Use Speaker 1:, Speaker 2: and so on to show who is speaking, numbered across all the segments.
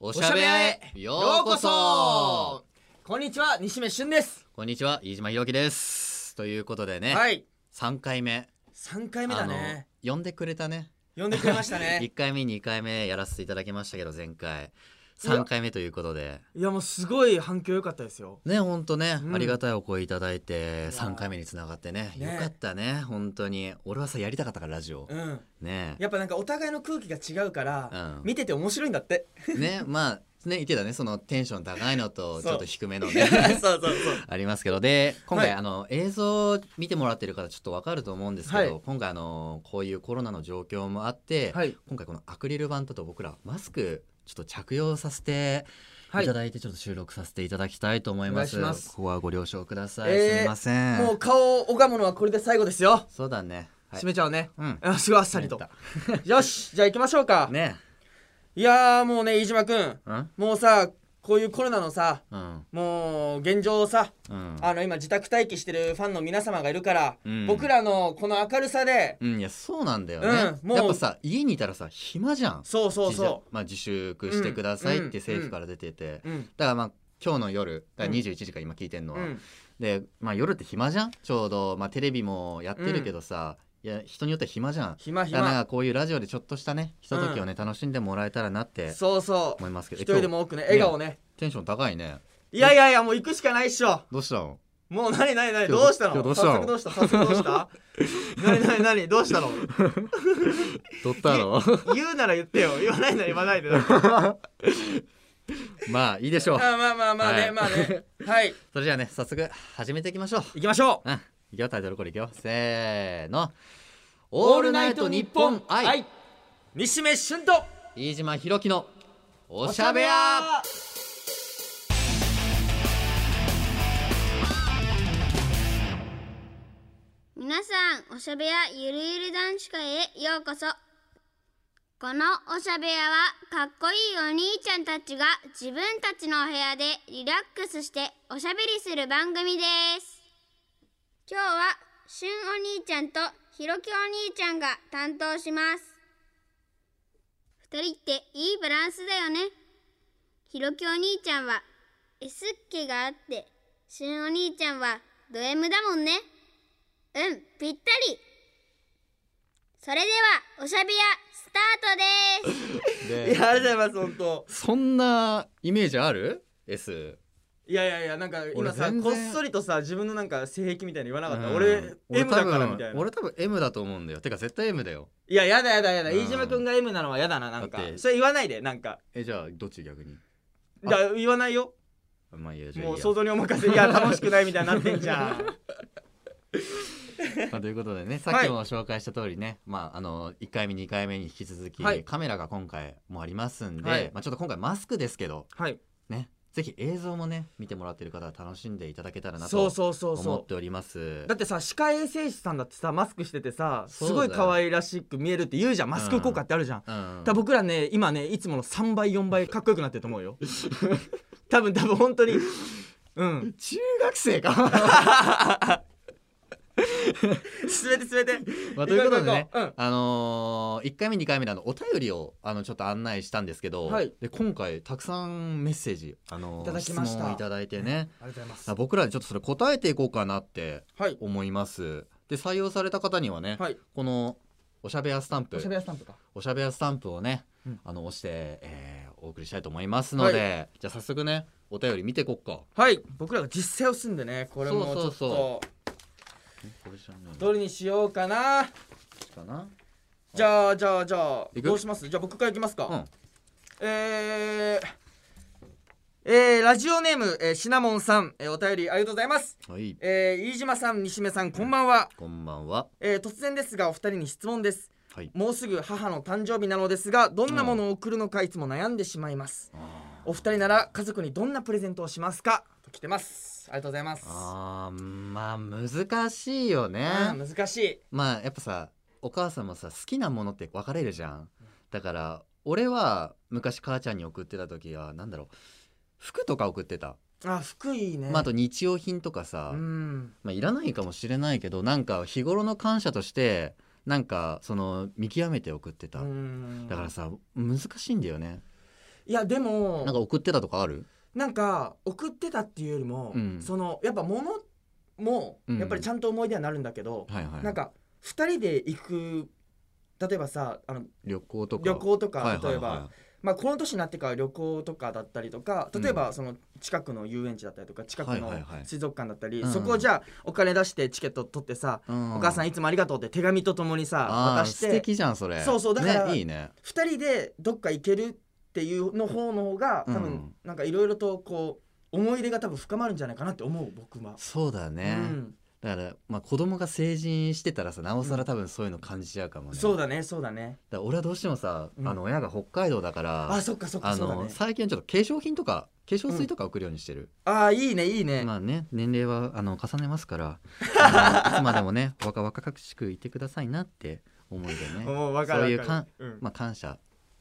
Speaker 1: お
Speaker 2: お
Speaker 1: しゃべりへようこそ
Speaker 2: こんにちは西目俊です
Speaker 1: こんにちは飯島ひろきですということでね、
Speaker 2: はい
Speaker 1: 3回目
Speaker 2: 三回目だね
Speaker 1: あの呼んでくれたね
Speaker 2: 呼んでくれました
Speaker 1: 1
Speaker 2: ね
Speaker 1: 回目2回目やらせていただきましたけど前回3回目と いうことで
Speaker 2: いやもうすごい反響良かったですよ
Speaker 1: ねほんとね、
Speaker 2: うん
Speaker 1: ありがたいお声いただいて
Speaker 2: や
Speaker 1: 3回目につながってね
Speaker 2: ね
Speaker 1: よかったね本当に俺はさやりたかったからラジオ
Speaker 2: うん
Speaker 1: ね
Speaker 2: やっぱなんかお互いの空気が違うから、
Speaker 1: うん
Speaker 2: 見てて面白いんだって
Speaker 1: ねまあね言ってたねそのテンション高いのと
Speaker 2: そう
Speaker 1: ちょっと低めの
Speaker 2: そ
Speaker 1: ね
Speaker 2: うそうそう
Speaker 1: ありますけどで今回、
Speaker 2: はい
Speaker 1: あの映像見てもらってる方ちょっとわかると思うんですけど、
Speaker 2: はい
Speaker 1: 今回あのこういうコロナの状況もあって、
Speaker 2: はい
Speaker 1: 今回このアクリル板だと僕らマスクちょっと着用させていただいてちょっと収録させていただきたいと思います,、
Speaker 2: お願いします
Speaker 1: ここはご了承ください、
Speaker 2: えー
Speaker 1: すいません
Speaker 2: もう顔を拝むのはこれで最後ですよ、
Speaker 1: そうだね、はい
Speaker 2: 締めちゃうね
Speaker 1: うん
Speaker 2: あすごいあっさりとよしじゃあ行きましょうか、
Speaker 1: ね
Speaker 2: いやーもうね飯島くん
Speaker 1: うん
Speaker 2: もうさこういうコロナのさ
Speaker 1: うん
Speaker 2: もう現状をさ
Speaker 1: うん
Speaker 2: あの今自宅待機してるファンの皆様がいるから、
Speaker 1: うん
Speaker 2: 僕らのこの明るさで
Speaker 1: うんいやそうなんだよね、
Speaker 2: うんもう
Speaker 1: やっぱさ家にいたらさ暇じゃん
Speaker 2: そうそう
Speaker 1: 自
Speaker 2: そ
Speaker 1: まあ、自粛してくださいって政府から出てて、
Speaker 2: ううん
Speaker 1: だからまあ今日の夜だから
Speaker 2: うん
Speaker 1: 21時から今聞いてんの
Speaker 2: う
Speaker 1: は、
Speaker 2: ん
Speaker 1: で、まあ、夜って暇じゃんちょうど、まあ、テレビもやってるけどさ、いや人によっては暇じゃん
Speaker 2: 暇
Speaker 1: だからなん
Speaker 2: 暇
Speaker 1: かこういうラジオでちょっとしたねひとときをね、楽しんでもらえたらなって
Speaker 2: そうそう
Speaker 1: 思いますけど
Speaker 2: 一
Speaker 1: え
Speaker 2: 人で
Speaker 1: 今
Speaker 2: も多くね笑顔ね
Speaker 1: 日テンション高いね
Speaker 2: いやいやいやもう行くしかないっしょ
Speaker 1: どうしたの
Speaker 2: もう何何何
Speaker 1: 今日
Speaker 2: どうしたの
Speaker 1: 今日どう
Speaker 2: 早
Speaker 1: したの
Speaker 2: 速どうした早速どうした何 何何どうしたの
Speaker 1: どったの
Speaker 2: 言うなら言ってよ言わないなら言わないで
Speaker 1: まあいいでしょう
Speaker 2: あまあまあまあね、
Speaker 1: はい
Speaker 2: まあねはい
Speaker 1: それじゃあね早速始めていきましょう
Speaker 2: 行きましょう
Speaker 1: うんいくよタイトルこれいくよせーの「
Speaker 2: オ
Speaker 1: オールナイトニッポン愛」
Speaker 2: 西目俊と
Speaker 1: 飯島ひろきの「おしゃべや」
Speaker 3: 皆さん、おしゃべやゆるゆる男子会へようこそ。このおしゃべやは、かっこいいお兄ちゃんたちが自分たちのお部屋でリラックスしておしゃべりする番組です。今日は、しゅんお兄ちゃんとひろきお兄ちゃんが担当します。二人っていいバランスだよね。ひろきお兄ちゃんは、S っ気があって、しゅんお兄ちゃんはド M だもんね。うん、ぴったり。それでは、おしゃべや、スタートです。
Speaker 2: いやありがとうございます本当
Speaker 1: そんなイメージある ?S
Speaker 2: いやいやいやなんか今さ
Speaker 1: 俺全
Speaker 2: こっ
Speaker 1: 然
Speaker 2: そりとさ自分のなんか性癖みたいなの言わなかった、
Speaker 1: うん
Speaker 2: 俺 M
Speaker 1: 多
Speaker 2: だ
Speaker 1: 分
Speaker 2: からみたいな
Speaker 1: 俺多分 M だと思うんだよてか絶対 M だよ
Speaker 2: いややだやだやだ、
Speaker 1: うん
Speaker 2: 飯島君が M なのはやだななんか
Speaker 1: だって
Speaker 2: それ言わないでなんか
Speaker 1: えじゃあどっち逆にあ
Speaker 2: だ言わないよ
Speaker 1: まあいいやじゃあいいや
Speaker 2: もう想像にお任せいや楽しくないみたいになってんじ ゃん
Speaker 1: まあということでねさっきも紹介した通りね、まああの1回目2回目に引き続き、
Speaker 2: はい
Speaker 1: カメラが今回もありますんで、
Speaker 2: はい
Speaker 1: まあ、ちょっと今回マスクですけど
Speaker 2: はい
Speaker 1: ねぜひ映像もね見てもらってる方は楽しんでいただけたらな
Speaker 2: そう
Speaker 1: と
Speaker 2: そうそう
Speaker 1: 思っ
Speaker 2: そ
Speaker 1: ております
Speaker 2: うだってさ歯科衛生士さんだってさマスクしててさす
Speaker 1: そうだよ
Speaker 2: ごい可愛らしく見えるって言うじゃんマスク効果ってあるじゃん、
Speaker 1: うん
Speaker 2: だから僕らね今ねいつもの3倍4倍かっこよくなってると思 うよ多分多分本当にうん
Speaker 1: 中学生か
Speaker 2: 進めて進めて。
Speaker 1: まあということでね
Speaker 2: 行こう行 こ
Speaker 1: あのー、1回目2回目であのお便りをあのちょっと案内したんですけど、
Speaker 2: はい
Speaker 1: で今回たくさんメッセージ、あのー
Speaker 2: いただきました
Speaker 1: 質問をいただいてね
Speaker 2: うありがとうございます
Speaker 1: あ。僕らでちょっとそれ答えていこうかなって
Speaker 2: はい。
Speaker 1: 思いますで採用された方にはね、
Speaker 2: はい。
Speaker 1: このおしゃべやスタンプ
Speaker 2: おしゃべりスタンプか。
Speaker 1: おしゃべやスタンプをね、
Speaker 2: うん
Speaker 1: あの押して、えーお送りしたいと思いますので、じゃあ早速ねお便り見てこっか
Speaker 2: はい。僕らが実際をすんでね、これもちょっと
Speaker 1: そうそうそこれじゃない
Speaker 2: どれにしようかな。
Speaker 1: かな
Speaker 2: じゃあじゃあじゃあ
Speaker 1: いく
Speaker 2: どうします？じゃあ僕からいきますか。
Speaker 1: うん
Speaker 2: えー。えー、ラジオネーム、えー、シナモンさん、えー、お便りありがとうございます、
Speaker 1: はい
Speaker 2: えー、飯島さん西目さんこんばんは、
Speaker 1: こんばんは
Speaker 2: えー、突然ですがお二人に質問です
Speaker 1: はい
Speaker 2: もうすぐ母の誕生日なのですがどんなものを贈るのかいつも悩んでしまいますお二人なら家族にどんなプレゼントをしますかと来てますありがとうございますあ
Speaker 1: あーまあ難しいよね
Speaker 2: ー難しい
Speaker 1: まあやっぱさお母さんもさ好きなものって分かれるじゃんだから俺は昔母ちゃんに送ってた時はなんだろう服とか送ってた、
Speaker 2: あ福いいね
Speaker 1: まあ、あと日用品とかさ、
Speaker 2: うん
Speaker 1: まあ、いらないかもしれないけどなんか日頃の感謝としてなんかその見極めて送ってた、
Speaker 2: うん
Speaker 1: だからさ難しいんだよね
Speaker 2: いやでも
Speaker 1: なんか送ってたとかある
Speaker 2: なんか送ってたっていうよりも、
Speaker 1: うん
Speaker 2: そのやっぱ物も
Speaker 1: うん
Speaker 2: やっぱりちゃんと思い出になるんだけど、
Speaker 1: はいはい
Speaker 2: なんか2人で行く例えばさあの
Speaker 1: 旅行とか
Speaker 2: 旅行とか、
Speaker 1: はいはい
Speaker 2: 例えば、
Speaker 1: は
Speaker 2: まあ、この年になってから旅行とかだったりとか例え
Speaker 1: う
Speaker 2: ばその近くの遊園地だったりとか近くの
Speaker 1: はいはいはい
Speaker 2: 水族館だったり、
Speaker 1: うんうん
Speaker 2: そこをじゃあお金出してチケット取ってさ、
Speaker 1: いうん
Speaker 2: お母さんいつもありがとうって手紙とともにさ
Speaker 1: あー
Speaker 2: 渡し
Speaker 1: 素
Speaker 2: て
Speaker 1: 敵じゃんそれ
Speaker 2: そうそうだから
Speaker 1: ね、いいね
Speaker 2: 2人でどっか行けるっていうの方の方が多
Speaker 1: う
Speaker 2: 分
Speaker 1: ん
Speaker 2: なんかいろいろとこう思い出が多分深まるんじゃないかなって思う僕は。
Speaker 1: そうだね、
Speaker 2: うん
Speaker 1: だから、まあ、子供が成人してたらさなおさら多分そういうの感じちゃうかもね、
Speaker 2: そう
Speaker 1: だ
Speaker 2: だねそうだね
Speaker 1: から俺はどうしてもさ、
Speaker 2: うん
Speaker 1: あの親が北海道だから
Speaker 2: あそっかそっか
Speaker 1: あ
Speaker 2: そうだ
Speaker 1: の
Speaker 2: ね
Speaker 1: 最近はちょっと化粧品とか化粧水とか送るようにしてる、
Speaker 2: ああいいねいいね、
Speaker 1: まあね年齢はあの重ねますから あのいつまでもね若々しくいてくださいなって思うんでね、
Speaker 2: もう分かる
Speaker 1: そうい
Speaker 2: 分
Speaker 1: う
Speaker 2: かる
Speaker 1: か
Speaker 2: うん
Speaker 1: まあ、感謝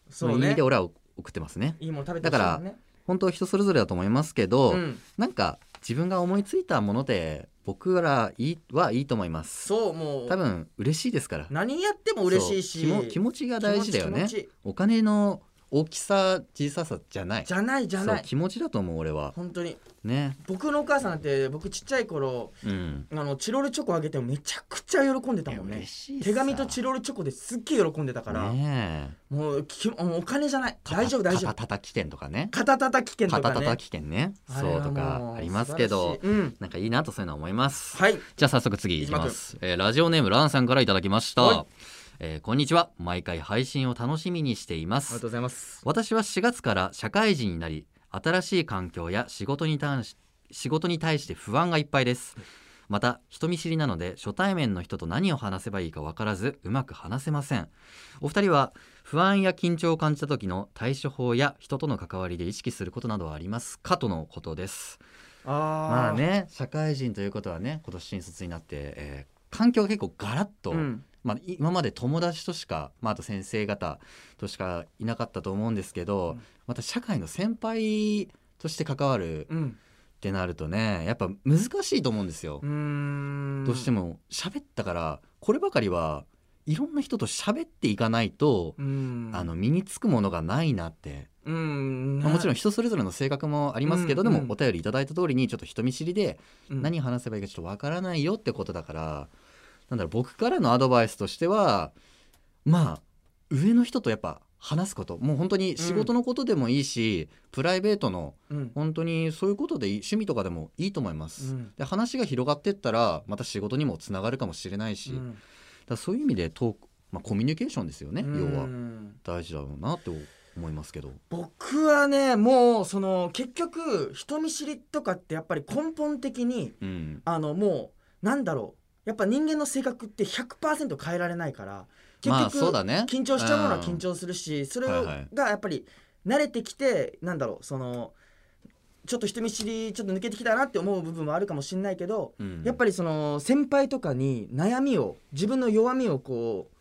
Speaker 2: そ
Speaker 1: の
Speaker 2: う
Speaker 1: 意
Speaker 2: ね
Speaker 1: 味で俺は送ってますね
Speaker 2: いいもの食べてほしいもんね
Speaker 1: 本当人それぞれだと思いますけど、
Speaker 2: うん
Speaker 1: なんか自分が思いついたもので僕らいいはいいと思います
Speaker 2: そうもう
Speaker 1: 多分嬉しいですから
Speaker 2: 何やっても嬉しいし
Speaker 1: そう気も気持ちが大事だよ
Speaker 2: 気
Speaker 1: ね
Speaker 2: 持ち気持ち
Speaker 1: お金の大きさ小ささじゃない
Speaker 2: じゃないじゃな
Speaker 1: そ
Speaker 2: いう
Speaker 1: 気持ちだと思う俺は
Speaker 2: 本当に
Speaker 1: ね
Speaker 2: 僕のお母さんなんて僕ちっちゃい頃
Speaker 1: うん
Speaker 2: あのチロルチョコあげてもめちゃくちゃ喜んでたもん
Speaker 1: 嬉
Speaker 2: ね
Speaker 1: しいさ
Speaker 2: 手紙とチロルチョコですっげえ喜んでたから、
Speaker 1: ねえ
Speaker 2: もうきもうお金じゃない大丈夫
Speaker 1: 肩
Speaker 2: 大丈夫
Speaker 1: 肩叩き券とかね
Speaker 2: 肩叩き券と
Speaker 1: 肩
Speaker 2: かね
Speaker 1: 叩き券ね
Speaker 2: あ
Speaker 1: そ
Speaker 2: れ
Speaker 1: う
Speaker 2: は
Speaker 1: と
Speaker 2: も
Speaker 1: か
Speaker 2: う
Speaker 1: ありますけど
Speaker 2: 素晴らしいうん
Speaker 1: なんかいいなとそういうのは思います
Speaker 2: はい
Speaker 1: じゃあ早速次いきます、えーラジオネームランさんからいただきまし
Speaker 2: は
Speaker 1: た、えーこんにちは毎回配信を楽しみにしています
Speaker 2: うございます
Speaker 1: 私は4月から社会人になり新しい環境や仕事に対し仕事に対して不安がいっぱいですまた人見知りなので初対面の人と何を話せばいいか分からずうまく話せませんお二人は不安や緊張を感じた時の対処法や人との関わりで意識することなどはありますかとのことです
Speaker 2: あー
Speaker 1: まあね社会人ということはね今年新卒になって、えー環境が結構ガラッと、
Speaker 2: うん
Speaker 1: まあ、い今まで友達としか、まあ、あと先生方としかいなかったと思うんですけど、
Speaker 2: うん
Speaker 1: また社会の先輩として関わるっ
Speaker 2: うん
Speaker 1: てなるとねやっぱ難しいと思うんですよ。
Speaker 2: うーん
Speaker 1: どうして
Speaker 2: も
Speaker 1: も喋ったからこればかりはいろんな人と喋っていかないと、
Speaker 2: うん
Speaker 1: あの身につくものがないなって、
Speaker 2: うん
Speaker 1: まあもちろ
Speaker 2: ん
Speaker 1: ん人それぞれの性格もありますけど、
Speaker 2: うん
Speaker 1: で
Speaker 2: うん
Speaker 1: もお便りいただいた通りにちょっと人見知りで何話せばいいかちょっとわからないよってことだからなんだろう僕からのアドバイスとしてはまあ上の人とやっぱ話すこともう本当に仕事のことでもいいし、プライベートの
Speaker 2: うん
Speaker 1: 本当にそういうことでいい趣味とかでもいいと思います、
Speaker 2: うん
Speaker 1: で話が広がってったらまた仕事にもつながるかもしれないし、
Speaker 2: う
Speaker 1: だか
Speaker 2: ん
Speaker 1: らそういう意味でトーク、まあ、コミュニケーションですよね、
Speaker 2: うん
Speaker 1: 要は大事だろうなって思いますけど
Speaker 2: 僕はねもうその結局人見知りとかってやっぱり根本的に
Speaker 1: うん
Speaker 2: あのもうなんだろうやっぱ人間の性格って100%変えられないから結
Speaker 1: まあそう
Speaker 2: 局、
Speaker 1: だね
Speaker 2: 緊張しちゃうものは緊
Speaker 1: うん
Speaker 2: 張するしそれ
Speaker 1: はいはい
Speaker 2: がやっぱり慣れてきてなんだろうそのちょっと人見知りちょっと抜けてきたなって思う部分もあるかもしれないけど
Speaker 1: うん
Speaker 2: やっぱりその先輩とかに悩みを自分の弱みをこう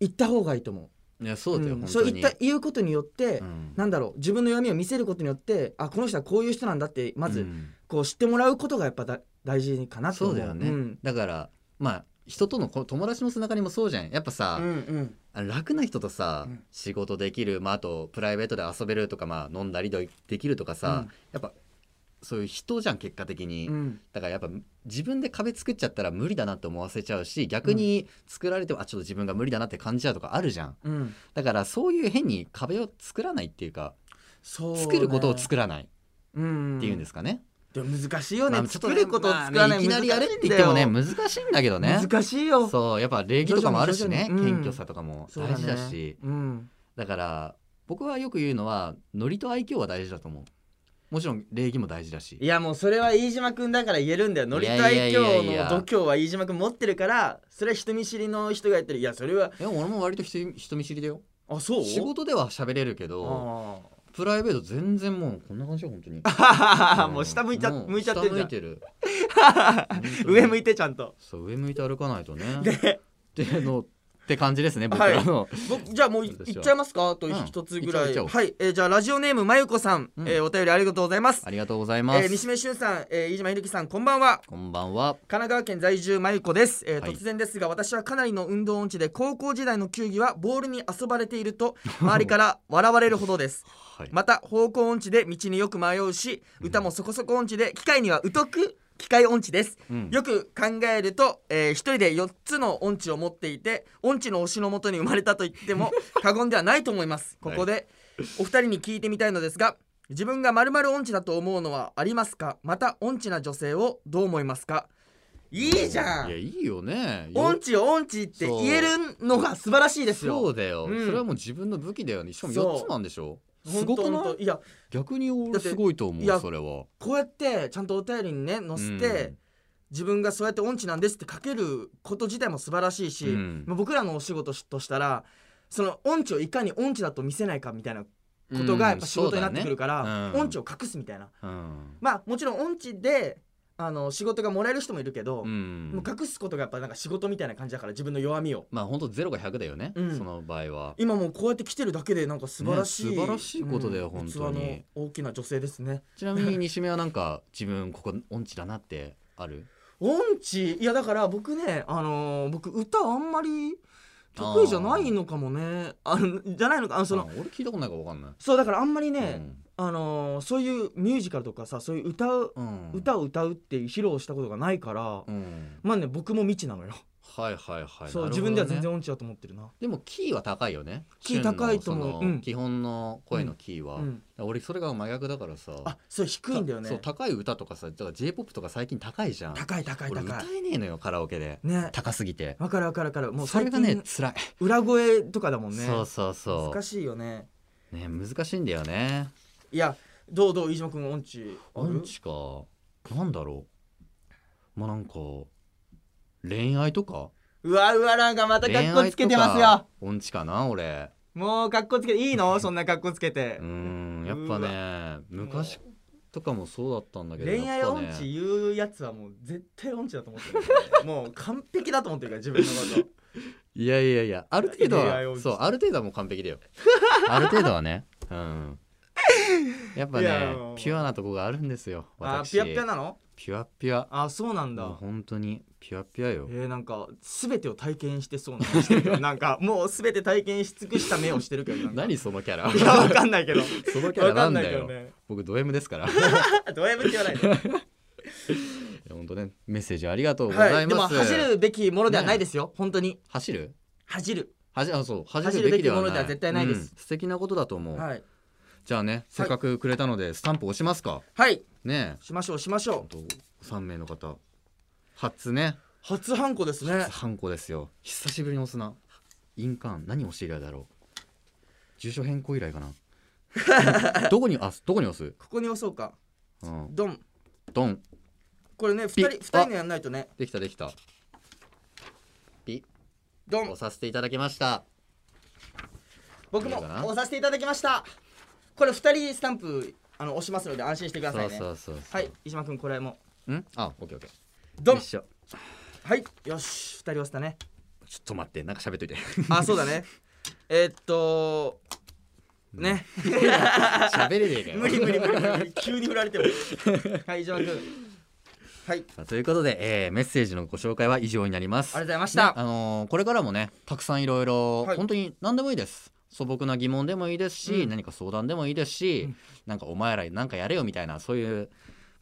Speaker 2: 言った方がいいと思う。
Speaker 1: いやそうだよ、
Speaker 2: ん
Speaker 1: 本
Speaker 2: そ
Speaker 1: 当
Speaker 2: う
Speaker 1: に
Speaker 2: 言った言うことによって、
Speaker 1: うん
Speaker 2: なんだろう自分の弱みを見せることによってあこの人はこういう人なんだってま
Speaker 1: う
Speaker 2: ず
Speaker 1: ん
Speaker 2: こう知ってもらうことがやっぱだ大事かなと
Speaker 1: そ
Speaker 2: 思う
Speaker 1: うだよね、
Speaker 2: ん
Speaker 1: だからまあ人とのこ友達のつながりもそうじゃんやっぱさ、
Speaker 2: うんうん
Speaker 1: あの楽な人とさ、
Speaker 2: うん
Speaker 1: 仕事できる、まあ、あとプライベートで遊べるとか、まあ、飲んだりできるとかさ、
Speaker 2: うん
Speaker 1: やっぱそういう人じゃん結果的に、
Speaker 2: うん
Speaker 1: だからやっぱ自分で壁作っちゃったら無理だなって思わせちゃうし逆に作られても、あちょっと自分が無理だなって感じちゃうとかあるじゃん
Speaker 2: うん
Speaker 1: だからそういう変に壁を作らないっていうか
Speaker 2: そうね
Speaker 1: 作ることを作らない
Speaker 2: うん
Speaker 1: っていうんですかね、
Speaker 2: でも難しいよね、
Speaker 1: まあちょっと
Speaker 2: 作
Speaker 1: ね
Speaker 2: ることを作ら
Speaker 1: ま
Speaker 2: な
Speaker 1: あ
Speaker 2: い、
Speaker 1: ねいきなりやれって言ってもね
Speaker 2: 難し
Speaker 1: 難しいんだけど
Speaker 2: いんだ
Speaker 1: ね
Speaker 2: よ難しいよ
Speaker 1: そうやっぱ礼儀とかもあるしね
Speaker 2: 徐々に徐々にうん
Speaker 1: 謙虚さとかも
Speaker 2: そう
Speaker 1: 大事だ
Speaker 2: ね
Speaker 1: し
Speaker 2: うん
Speaker 1: だ,、から僕はよく言うのはノリと愛嬌は大事だと思うもちろん礼儀も大事だし
Speaker 2: いやもうそれは飯島君だから言えるんだよノリと愛嬌の度胸は飯島君持ってるからそれは人見知りの人がやってるいやそれは
Speaker 1: でも俺も割と人人見知りだよ
Speaker 2: あそう
Speaker 1: 仕事では喋れるけど
Speaker 2: ああ
Speaker 1: プライベート全然もうこんな感じよ本当にん
Speaker 2: もう下向いちゃ
Speaker 1: もう
Speaker 2: 向いちゃってるじ
Speaker 1: 下向
Speaker 2: ゃん
Speaker 1: いてる本当に
Speaker 2: 上向いてちゃんと
Speaker 1: そう上向いて歩かないとね
Speaker 2: で
Speaker 1: でのっって感じですね僕らの、
Speaker 2: 僕じゃあもうい
Speaker 1: 私
Speaker 2: い
Speaker 1: は
Speaker 2: っちゃいますかと
Speaker 1: うん
Speaker 2: 一つぐら
Speaker 1: いっ
Speaker 2: い、
Speaker 1: ちゃおういっち
Speaker 2: はい、えーじゃあラジオネームまゆこさん、
Speaker 1: うん
Speaker 2: えーお便りありがとうございます
Speaker 1: ありがとうございます、
Speaker 2: えー、西目俊さん、えー、飯島ひるきさんこんばんは
Speaker 1: こんばんは
Speaker 2: 神奈川県在住まゆこです、えー
Speaker 1: はい
Speaker 2: 突然ですが私はかなりの運動音痴で高校時代の球技はボールに遊ばれている と周りから笑われるほどです
Speaker 1: はい
Speaker 2: また方向音痴で道によく迷うし歌もそこそこ音痴で機械には疎く機械音痴です
Speaker 1: うん
Speaker 2: よく考えると、えー一人で4つの音痴を持っていて音痴の推しのもとに生まれたと言っ ても過言ではないと思いますここで、お二人に聞いてみたいのですが自分がまる音痴だと思うのはありますかまた音痴な女性をどう思いますかいいじゃ
Speaker 1: いや
Speaker 2: ん
Speaker 1: いいよねよ
Speaker 2: 音痴音痴って言えるのが素晴らしいです
Speaker 1: そ
Speaker 2: よ
Speaker 1: うだよ、
Speaker 2: うん
Speaker 1: それはもう自分の武器だよねしかも
Speaker 2: そう
Speaker 1: 4つなんでしょす
Speaker 2: 本
Speaker 1: ご
Speaker 2: 当
Speaker 1: くな
Speaker 2: 本
Speaker 1: い
Speaker 2: 当いや
Speaker 1: 逆に
Speaker 2: だ
Speaker 1: 俺
Speaker 2: って
Speaker 1: すごいと思
Speaker 2: いや
Speaker 1: うそれは
Speaker 2: こうやってちゃんとお便りにね載せて、
Speaker 1: うん
Speaker 2: 自分がそうやって音痴なんですって書けること自体も素晴らしいし、
Speaker 1: うん
Speaker 2: まあ僕らのお仕事としたらその音痴をいかに音痴だと見せないかみたいなことがやっぱ仕事になってくるから、
Speaker 1: うん
Speaker 2: 音痴を隠すみたいな
Speaker 1: うん
Speaker 2: まあもちろん音痴であの仕事がもらえる人もいるけど、
Speaker 1: うん
Speaker 2: もう隠すことがやっぱなんか仕事みたいな感じだから自分の弱みを
Speaker 1: まあ本当ゼロが100だよね、
Speaker 2: うん
Speaker 1: その場合は
Speaker 2: 今もうこうやって来てるだけでなんか素晴らしい、
Speaker 1: ね素晴らしいことだよ
Speaker 2: うん
Speaker 1: 本当に
Speaker 2: 器の大きな女性ですね
Speaker 1: ちなみに西目はなんか 自分ここ音痴だなってある
Speaker 2: 音痴いやだから僕ねあのー僕歌あんまり得意じゃないのかもねあのじゃないのかあのそ
Speaker 1: あ
Speaker 2: の
Speaker 1: 俺聞いたことないから分かんない、
Speaker 2: そうだからあんまりね、あのーそういうミュージカルとかさそういう歌う、
Speaker 1: うん、うん、
Speaker 2: 歌を歌うっていう披露したことがないから、
Speaker 1: うん
Speaker 2: まあね僕も未知なのよ、
Speaker 1: はいはいはい
Speaker 2: そ
Speaker 1: な
Speaker 2: う
Speaker 1: るほどね
Speaker 2: 自分では全然音痴だと思ってるな
Speaker 1: でもキーは高いよね
Speaker 2: キー高いと思う
Speaker 1: 旬のその
Speaker 2: うん
Speaker 1: 基本の声のキーは、
Speaker 2: うん
Speaker 1: 俺それが真逆だからさ
Speaker 2: あそう低いんだよ
Speaker 1: そう
Speaker 2: ね
Speaker 1: 高い歌とかさだから J−POP とか最近高いじゃん
Speaker 2: 高い高い
Speaker 1: 俺歌
Speaker 2: 高い
Speaker 1: えねえのよカラオケで
Speaker 2: ね
Speaker 1: 高すぎて
Speaker 2: わかるわかるわかるもう
Speaker 1: それ
Speaker 2: 最
Speaker 1: が
Speaker 2: 近
Speaker 1: ね辛い
Speaker 2: 裏声とかだもんね
Speaker 1: そうそうそ
Speaker 2: 難しいよね
Speaker 1: うね難しいんだよね
Speaker 2: いやどうどう飯島君音痴ある
Speaker 1: 音痴かなんだろうまあなんか恋愛とか
Speaker 2: うわうわなんかまた
Speaker 1: 恋愛
Speaker 2: 格
Speaker 1: とか
Speaker 2: 好つけてますよ
Speaker 1: 音痴かな俺
Speaker 2: もう格好つけてい いのそんな格好つけて
Speaker 1: うーんやっぱね昔とかもそうだったんだけど
Speaker 2: 恋愛
Speaker 1: やっぱ
Speaker 2: 音
Speaker 1: ね
Speaker 2: 痴言うやつはもう絶対音痴だと思ってるよ ねもう完璧だと思ってるから自分のこ
Speaker 1: いやいやいやある程度
Speaker 2: 恋愛音
Speaker 1: は
Speaker 2: 痴
Speaker 1: そうある程度はもう完璧だよ ある程度はねうんやっぱ
Speaker 2: い
Speaker 1: ね
Speaker 2: やもう
Speaker 1: ピュアなとこがあるんですよ
Speaker 2: と あ
Speaker 1: 私
Speaker 2: ピュアピュアなの
Speaker 1: ピュアピュア
Speaker 2: あそうな
Speaker 1: も
Speaker 2: ん
Speaker 1: う
Speaker 2: だ
Speaker 1: 本当にピュアピュアよ
Speaker 2: えー、なんか全てを体験してそうな顔し てるよなんかもう全て体験し尽くした目をしてるけどなんか
Speaker 1: 何そのキャラ
Speaker 2: いやわかんないけど
Speaker 1: そのキャ
Speaker 2: わ
Speaker 1: ラ
Speaker 2: か
Speaker 1: なんん
Speaker 2: ない
Speaker 1: だ
Speaker 2: けど
Speaker 1: よ
Speaker 2: ね
Speaker 1: 僕ド M です からい
Speaker 2: ド M って言わないで
Speaker 1: や本当ねメッセージありがとうご
Speaker 2: は
Speaker 1: ざ
Speaker 2: い、
Speaker 1: い
Speaker 2: でも
Speaker 1: ます、
Speaker 2: 走るべきものではないですよ、本当に
Speaker 1: 走る
Speaker 2: 恥じる
Speaker 1: はじあそう
Speaker 2: 走
Speaker 1: 走
Speaker 2: る
Speaker 1: るべ
Speaker 2: べき
Speaker 1: きでは
Speaker 2: も
Speaker 1: ない
Speaker 2: のでは絶対ないです
Speaker 1: うん素敵なことだと思う、
Speaker 2: はい、
Speaker 1: じゃあねせっかくくれたのでスタンプ押しますか
Speaker 2: はい、
Speaker 1: ねえ
Speaker 2: しましょうしましょ
Speaker 1: ほんと三名の方初ね
Speaker 2: う初ハンコですね
Speaker 1: 初ハンコですよ久しぶりに押すな印鑑何押して以来だろう住所変更以来かな どこにあどこに押す、
Speaker 2: ここに押そうか
Speaker 1: うん、
Speaker 2: ドン
Speaker 1: ドン
Speaker 2: これね
Speaker 1: ピ
Speaker 2: 二人
Speaker 1: ッ
Speaker 2: 二人のやんないとね
Speaker 1: できたできたピ
Speaker 2: ド
Speaker 1: 押
Speaker 2: ン
Speaker 1: させていただきました
Speaker 2: 僕も
Speaker 1: いいかな
Speaker 2: 押させていただきましたこれ二人スタンプあの押しますので安心してくださ
Speaker 1: そ
Speaker 2: いうね
Speaker 1: そうそう
Speaker 2: はい飯島君これも
Speaker 1: うんあオッケーオッケー
Speaker 2: ド
Speaker 1: よ
Speaker 2: ン
Speaker 1: っしょ
Speaker 2: はいよし二人押したね
Speaker 1: ちょっと待ってなんか喋っ といて
Speaker 2: あそうだね えーっとね
Speaker 1: 喋れねえかよ
Speaker 2: 無理無理無理無理急に振られてもはい飯島君はいありがとう
Speaker 1: ということで、えーメッセージのご紹介は以上になります。
Speaker 2: ございました、
Speaker 1: ねあのーこれからもねたくさんいろいろ
Speaker 2: はい
Speaker 1: 本当に何でもいいです。素朴な疑問でもいいですし、
Speaker 2: うん
Speaker 1: 何か相談でもいいですし、
Speaker 2: うん
Speaker 1: なんかお前らなんかやれよみたいなそういう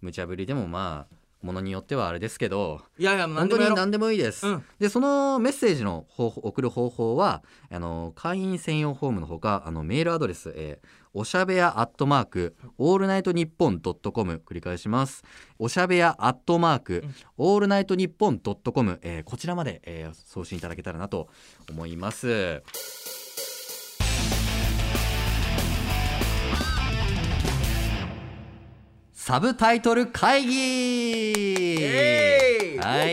Speaker 1: 無茶ぶりでもまあものによってはあれですけど
Speaker 2: いやいや何
Speaker 1: 本当
Speaker 2: でもや
Speaker 1: に
Speaker 2: ろう
Speaker 1: 何でもいいです。
Speaker 2: うん
Speaker 1: でそのメッセージの方法送る方法はあの会員専用フォームのほかあのメールアドレス、えーおしゃべやアットマークオールナイトニッポンドットコム繰り返しますおしゃべやアットマーク
Speaker 2: うん
Speaker 1: オールナイトニッポンドットコムえーこちらまで、えー送信いただけたらなと思いますサブタイトル会議
Speaker 2: エーイ
Speaker 1: はい
Speaker 2: はい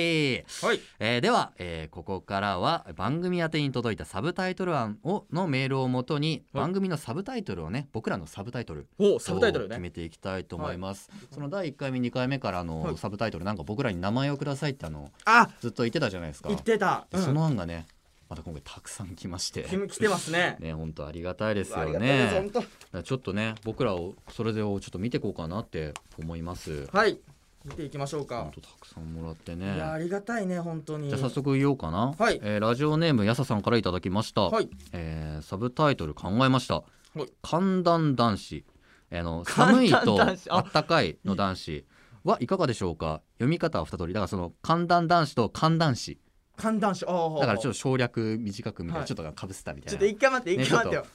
Speaker 1: えーでは、えーここからは番組宛てに届いたサブタイトル案をのメールをもとに
Speaker 2: はい
Speaker 1: 番組のサブタイトルをね僕らのサブタイトル
Speaker 2: おサ
Speaker 1: サ
Speaker 2: ブ
Speaker 1: ブタ
Speaker 2: タイ
Speaker 1: イ
Speaker 2: ト
Speaker 1: ト
Speaker 2: ル
Speaker 1: ル
Speaker 2: ね
Speaker 1: 決めていきたいと思います、その第1回目2回目からあの、
Speaker 2: はい
Speaker 1: サブタイトルなんか僕らに名前をくださいってあの
Speaker 2: あ
Speaker 1: ずっと言ってたじゃないですか
Speaker 2: 言ってた、うん
Speaker 1: その案がねまた今回たくさん来まして
Speaker 2: 君来てますね
Speaker 1: ね本当ありがたいです
Speaker 2: あ
Speaker 1: よ
Speaker 2: りがたいです
Speaker 1: ね
Speaker 2: 本当
Speaker 1: だからちょっとね僕らをそれをちょっと見ていこうかなって思います
Speaker 2: はい見ていきましょうか
Speaker 1: 本当たくさんもらってね
Speaker 2: いやありがたいね本当に
Speaker 1: じゃあ早速言おうかな、
Speaker 2: はい
Speaker 1: えーラジオネームやささんからいただきました、
Speaker 2: はい
Speaker 1: えーサブタイトル考えました、
Speaker 2: い
Speaker 1: 寒暖男子あの寒
Speaker 2: 寒暖
Speaker 1: いと
Speaker 2: 男子あ
Speaker 1: あったかいの男子はいかがでしょうか読み方は二通りだからその寒暖男子と寒暖子
Speaker 2: 寒暖子あー
Speaker 1: だからちょっ
Speaker 2: っ
Speaker 1: と省略短くみたいな、
Speaker 2: はい
Speaker 1: ちょっとかぶせたみた
Speaker 2: ちょ
Speaker 1: い
Speaker 2: っ
Speaker 1: な
Speaker 2: と一回待って
Speaker 1: ね
Speaker 2: 一回待ってよ、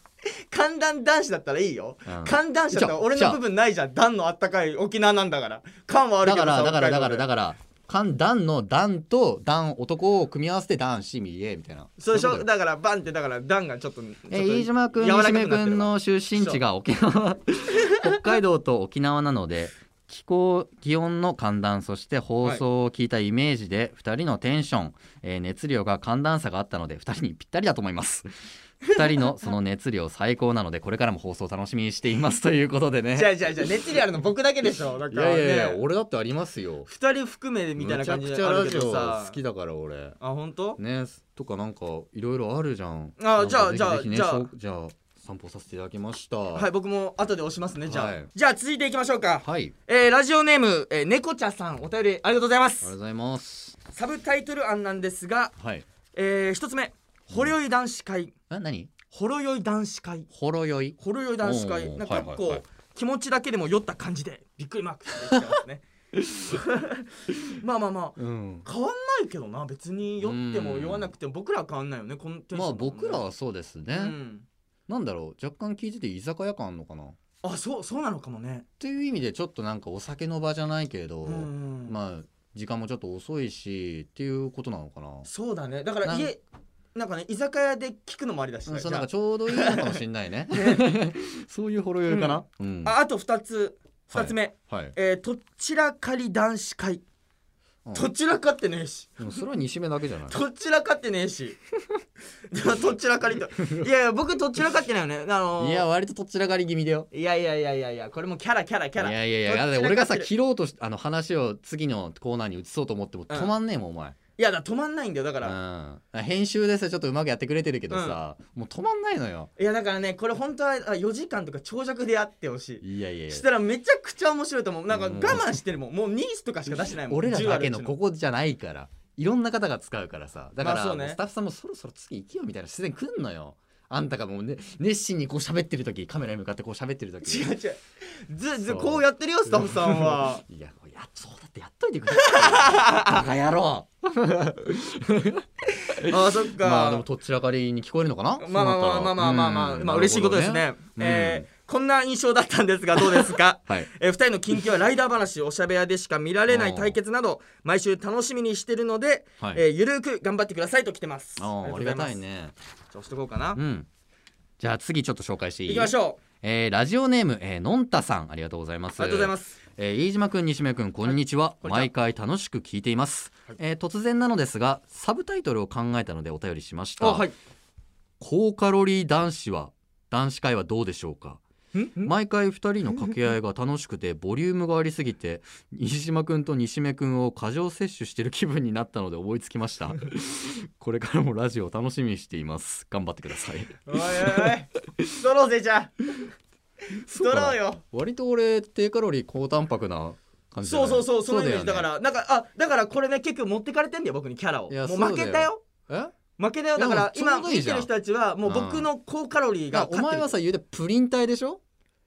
Speaker 2: 寒暖男子だったらいいよ
Speaker 1: うん
Speaker 2: 寒暖子だったら俺
Speaker 1: じゃ
Speaker 2: の
Speaker 1: あ
Speaker 2: 部分ないじゃん暖のあったかい沖縄なんだから寒はある
Speaker 1: だ
Speaker 2: け
Speaker 1: か
Speaker 2: ど
Speaker 1: ら
Speaker 2: さ
Speaker 1: だからだから
Speaker 2: 北海道で
Speaker 1: だから寒暖の暖と暖男を組み合わせて男子みえみたいな
Speaker 2: そうでし
Speaker 1: いこ
Speaker 2: ょ
Speaker 1: とよ
Speaker 2: だからバンってだから段がちょっとちょっ
Speaker 1: え
Speaker 2: と
Speaker 1: 飯島君
Speaker 2: 柔らか
Speaker 1: 西
Speaker 2: くな
Speaker 1: 銘
Speaker 2: ってるわ
Speaker 1: 君の出身地が沖縄 北海道と沖縄なので気候気温の寒暖そして放送を聞いたイメージで2人のテンション、えー熱量が寒暖差があったので2人にぴったりだと思います2人のその熱量最高なのでこれからも放送楽しみにしていますということでね
Speaker 2: じゃあじゃあじゃあ熱量あるの僕だけでしょだ
Speaker 1: い
Speaker 2: か
Speaker 1: や
Speaker 2: ら
Speaker 1: いやいや
Speaker 2: ね
Speaker 1: 俺だってありますよ
Speaker 2: 二人含めみたいな感じ
Speaker 1: め
Speaker 2: で
Speaker 1: ちゃ
Speaker 2: あ
Speaker 1: くちゃラ
Speaker 2: るけ
Speaker 1: ジ
Speaker 2: ど
Speaker 1: オ
Speaker 2: さ
Speaker 1: 好きだから俺
Speaker 2: あ本当
Speaker 1: ねとかなんかいろいろあるじゃん
Speaker 2: あ
Speaker 1: なんか
Speaker 2: じゃあ
Speaker 1: ぜひ
Speaker 2: じゃあ
Speaker 1: ぜひね
Speaker 2: じゃあ
Speaker 1: そうじゃあ散歩させていただきました
Speaker 2: はい僕も後で押しますねじゃあ
Speaker 1: はい
Speaker 2: じゃあ続いていきましょうか
Speaker 1: はい、あり
Speaker 2: えーラジオネームえー猫ちゃさんお便りありがとうございま
Speaker 1: がとう
Speaker 2: す
Speaker 1: ございます
Speaker 2: サブタイトル案なんですが
Speaker 1: はい
Speaker 2: えー一つ目ほろ酔い男子会
Speaker 1: あ何
Speaker 2: ほろ酔い男子会
Speaker 1: ほろ酔い
Speaker 2: ほろ酔い男子会
Speaker 1: おー
Speaker 2: なんか
Speaker 1: は
Speaker 2: 結
Speaker 1: いはいはい
Speaker 2: 構気持ちだけでも酔った感じでびっくりマークしてきてます ねまあまあまあ
Speaker 1: うん
Speaker 2: 変わんないけどな別に酔っても酔わなくても僕らは変わんないよねこのテンシ
Speaker 1: ま
Speaker 2: ョ
Speaker 1: あ
Speaker 2: ンだもんね
Speaker 1: 僕らはそうですね、
Speaker 2: うん
Speaker 1: なんだろう若干聞いてて居酒屋感あんのかなっ
Speaker 2: あそうそうなのかもね
Speaker 1: ていう意味でちょっとなんかお酒の場じゃないけれど、
Speaker 2: うん
Speaker 1: まあ時間もちょっと遅いしっていうことなのかな
Speaker 2: そうだねだから家なんかね居酒屋で聞くのもありだし
Speaker 1: う
Speaker 2: ね
Speaker 1: ん、そう
Speaker 2: じ
Speaker 1: なん
Speaker 2: ゃ
Speaker 1: かちょうどいいのかもしれない ねそういうほろ酔いかな、うん
Speaker 2: あああと2つ2つ目、
Speaker 1: はい、
Speaker 2: えー、とっちらかり男子会
Speaker 1: うん
Speaker 2: とっちらかってねえし
Speaker 1: でもそれは西目だけじゃない
Speaker 2: とっちらかってねえし とっちらかりといやいや僕とっちらかってないよねあ のー
Speaker 1: いや割ととっちらかり気味だよ
Speaker 2: いやいやいやいやいやこれもキャラキャラキ
Speaker 1: い
Speaker 2: ャラ
Speaker 1: やいやいやだって
Speaker 2: どっ
Speaker 1: 俺
Speaker 2: ちら
Speaker 1: が
Speaker 2: か
Speaker 1: さ
Speaker 2: ってる
Speaker 1: 切ろうとしあの話を次のコーナーに移そうと思っても止まんねえもん、お前
Speaker 2: いやだから止まんないんだよだから、
Speaker 1: うん、編集でさちょっとうまくやってくれてるけどさ、もう止まんないのよ
Speaker 2: いやだからねこれ本当はあ4時間とか長尺でやってほしい
Speaker 1: いやいやいや
Speaker 2: したらめちゃくちゃ面白いと思うなんか我
Speaker 1: うん
Speaker 2: 慢してるもんもうニースとかしか出してないもん
Speaker 1: 俺らだけの
Speaker 2: 10あるう
Speaker 1: ここじゃないからいろんな方が使うからさだから、
Speaker 2: まあそうね
Speaker 1: もうスタッフさんもそろそろ次行けよみたいな自然に来んのよあんたがもう、ね、熱心にこう喋ってる時カメラに向かってこう喋ってる時
Speaker 2: ちの違う違うずず
Speaker 1: そう
Speaker 2: こうやってるよスタッフさんは
Speaker 1: いやこうやそうだってやっといてくださいバカ野郎
Speaker 2: ああそっか、
Speaker 1: まあで
Speaker 2: ま
Speaker 1: もとっちらかりに聞こえるのかな
Speaker 2: あ、まあまあまあまあまあまあ、
Speaker 1: うん
Speaker 2: まあ嬉しいことです
Speaker 1: な
Speaker 2: ね
Speaker 1: るほど
Speaker 2: えーこんな印象だったんですがどうですか
Speaker 1: はい
Speaker 2: えー、2人の近況やライダー話おしゃべりでしか見られ ない対決など毎週楽しみにしてるので、
Speaker 1: はい
Speaker 2: えーゆるく頑張ってくださいと来てます
Speaker 1: あーありがたいね
Speaker 2: じゃあ押しとこうかな、
Speaker 1: うんじゃあ次ちょっと紹介していい
Speaker 2: いきましょう
Speaker 1: えーラジオネーム、えーのんたさんありがとうございます
Speaker 2: ありがとうございます
Speaker 1: えー飯島君西銘君こんにちは、
Speaker 2: こんにちは
Speaker 1: 毎回楽しく聞いています、えー突然なのですがサブタイトルを考えたのでお便りしました、
Speaker 2: あはい
Speaker 1: 高カロリー男子は男子会はどうでしょうか毎回2人の掛け合いが楽しくてボリュームがありすぎて飯島君と西銘君を過剰摂取してる気分になったので思いつきましたこれからもラジオを楽しみにしています頑張ってください
Speaker 2: おいおい おいストローぜじゃあストローよ
Speaker 1: 割と俺低カロリー高タンパクな感じじゃ
Speaker 2: そ
Speaker 1: な
Speaker 2: う
Speaker 1: い
Speaker 2: そうそうそのイメージだ
Speaker 1: よね
Speaker 2: からなんかあだからこれね結局持ってかれてんだよ僕にキャラを
Speaker 1: いや
Speaker 2: も
Speaker 1: そ
Speaker 2: う
Speaker 1: うだ
Speaker 2: 負
Speaker 1: よ
Speaker 2: けたよ
Speaker 1: え
Speaker 2: 負けたよ
Speaker 1: いや
Speaker 2: だから
Speaker 1: でもちょ
Speaker 2: 今
Speaker 1: うどい
Speaker 2: 見
Speaker 1: いじ
Speaker 2: て
Speaker 1: ゃん
Speaker 2: る人たちはもう僕の高カロリー
Speaker 1: いや
Speaker 2: が
Speaker 1: お
Speaker 2: 勝って
Speaker 1: 前
Speaker 2: る
Speaker 1: はさ言うてプリン体でしょ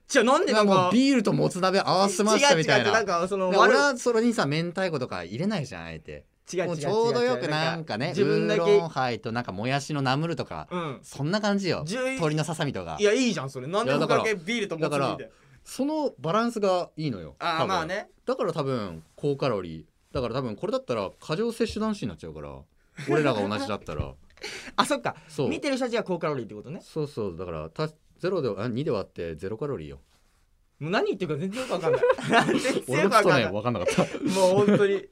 Speaker 2: じゃあなんでなん
Speaker 1: も
Speaker 2: か
Speaker 1: うビールともつ鍋合わせましたみたい
Speaker 2: 違う違う違
Speaker 1: な
Speaker 2: うなんかその
Speaker 1: 俺
Speaker 2: 悪
Speaker 1: はそれにさ明太子とか入れないじゃんあえて
Speaker 2: 違う違う
Speaker 1: も
Speaker 2: 違
Speaker 1: う
Speaker 2: う
Speaker 1: ちょうどよくなんかね
Speaker 2: 自分だ
Speaker 1: ウーロ
Speaker 2: け
Speaker 1: ンハイとなんかもやしのナムルとか、
Speaker 2: うん
Speaker 1: そんな感じよ
Speaker 2: 11
Speaker 1: 鶏のささみとか
Speaker 2: いやいいじゃんそれなんで僕だけビールとも
Speaker 1: だ
Speaker 2: つ
Speaker 1: から
Speaker 2: みで
Speaker 1: そのバランスがいいのよ
Speaker 2: あ
Speaker 1: 多
Speaker 2: あ
Speaker 1: 分
Speaker 2: まあね
Speaker 1: だから多分高カロリーだから多分これだったら過剰摂取男子になっちゃうから俺らが同じだった ら
Speaker 2: あそっか
Speaker 1: そう
Speaker 2: 見てる人たちが高カロリーってことね
Speaker 1: そうそうだからたゼロであ2で割ってゼロカロリーよ
Speaker 2: もう何言ってるか全然よくわか んない全然
Speaker 1: 俺
Speaker 2: よ
Speaker 1: もちょっ
Speaker 2: くわ
Speaker 1: と
Speaker 2: かんな
Speaker 1: ね
Speaker 2: いも
Speaker 1: 分かんなかった、
Speaker 2: う本当に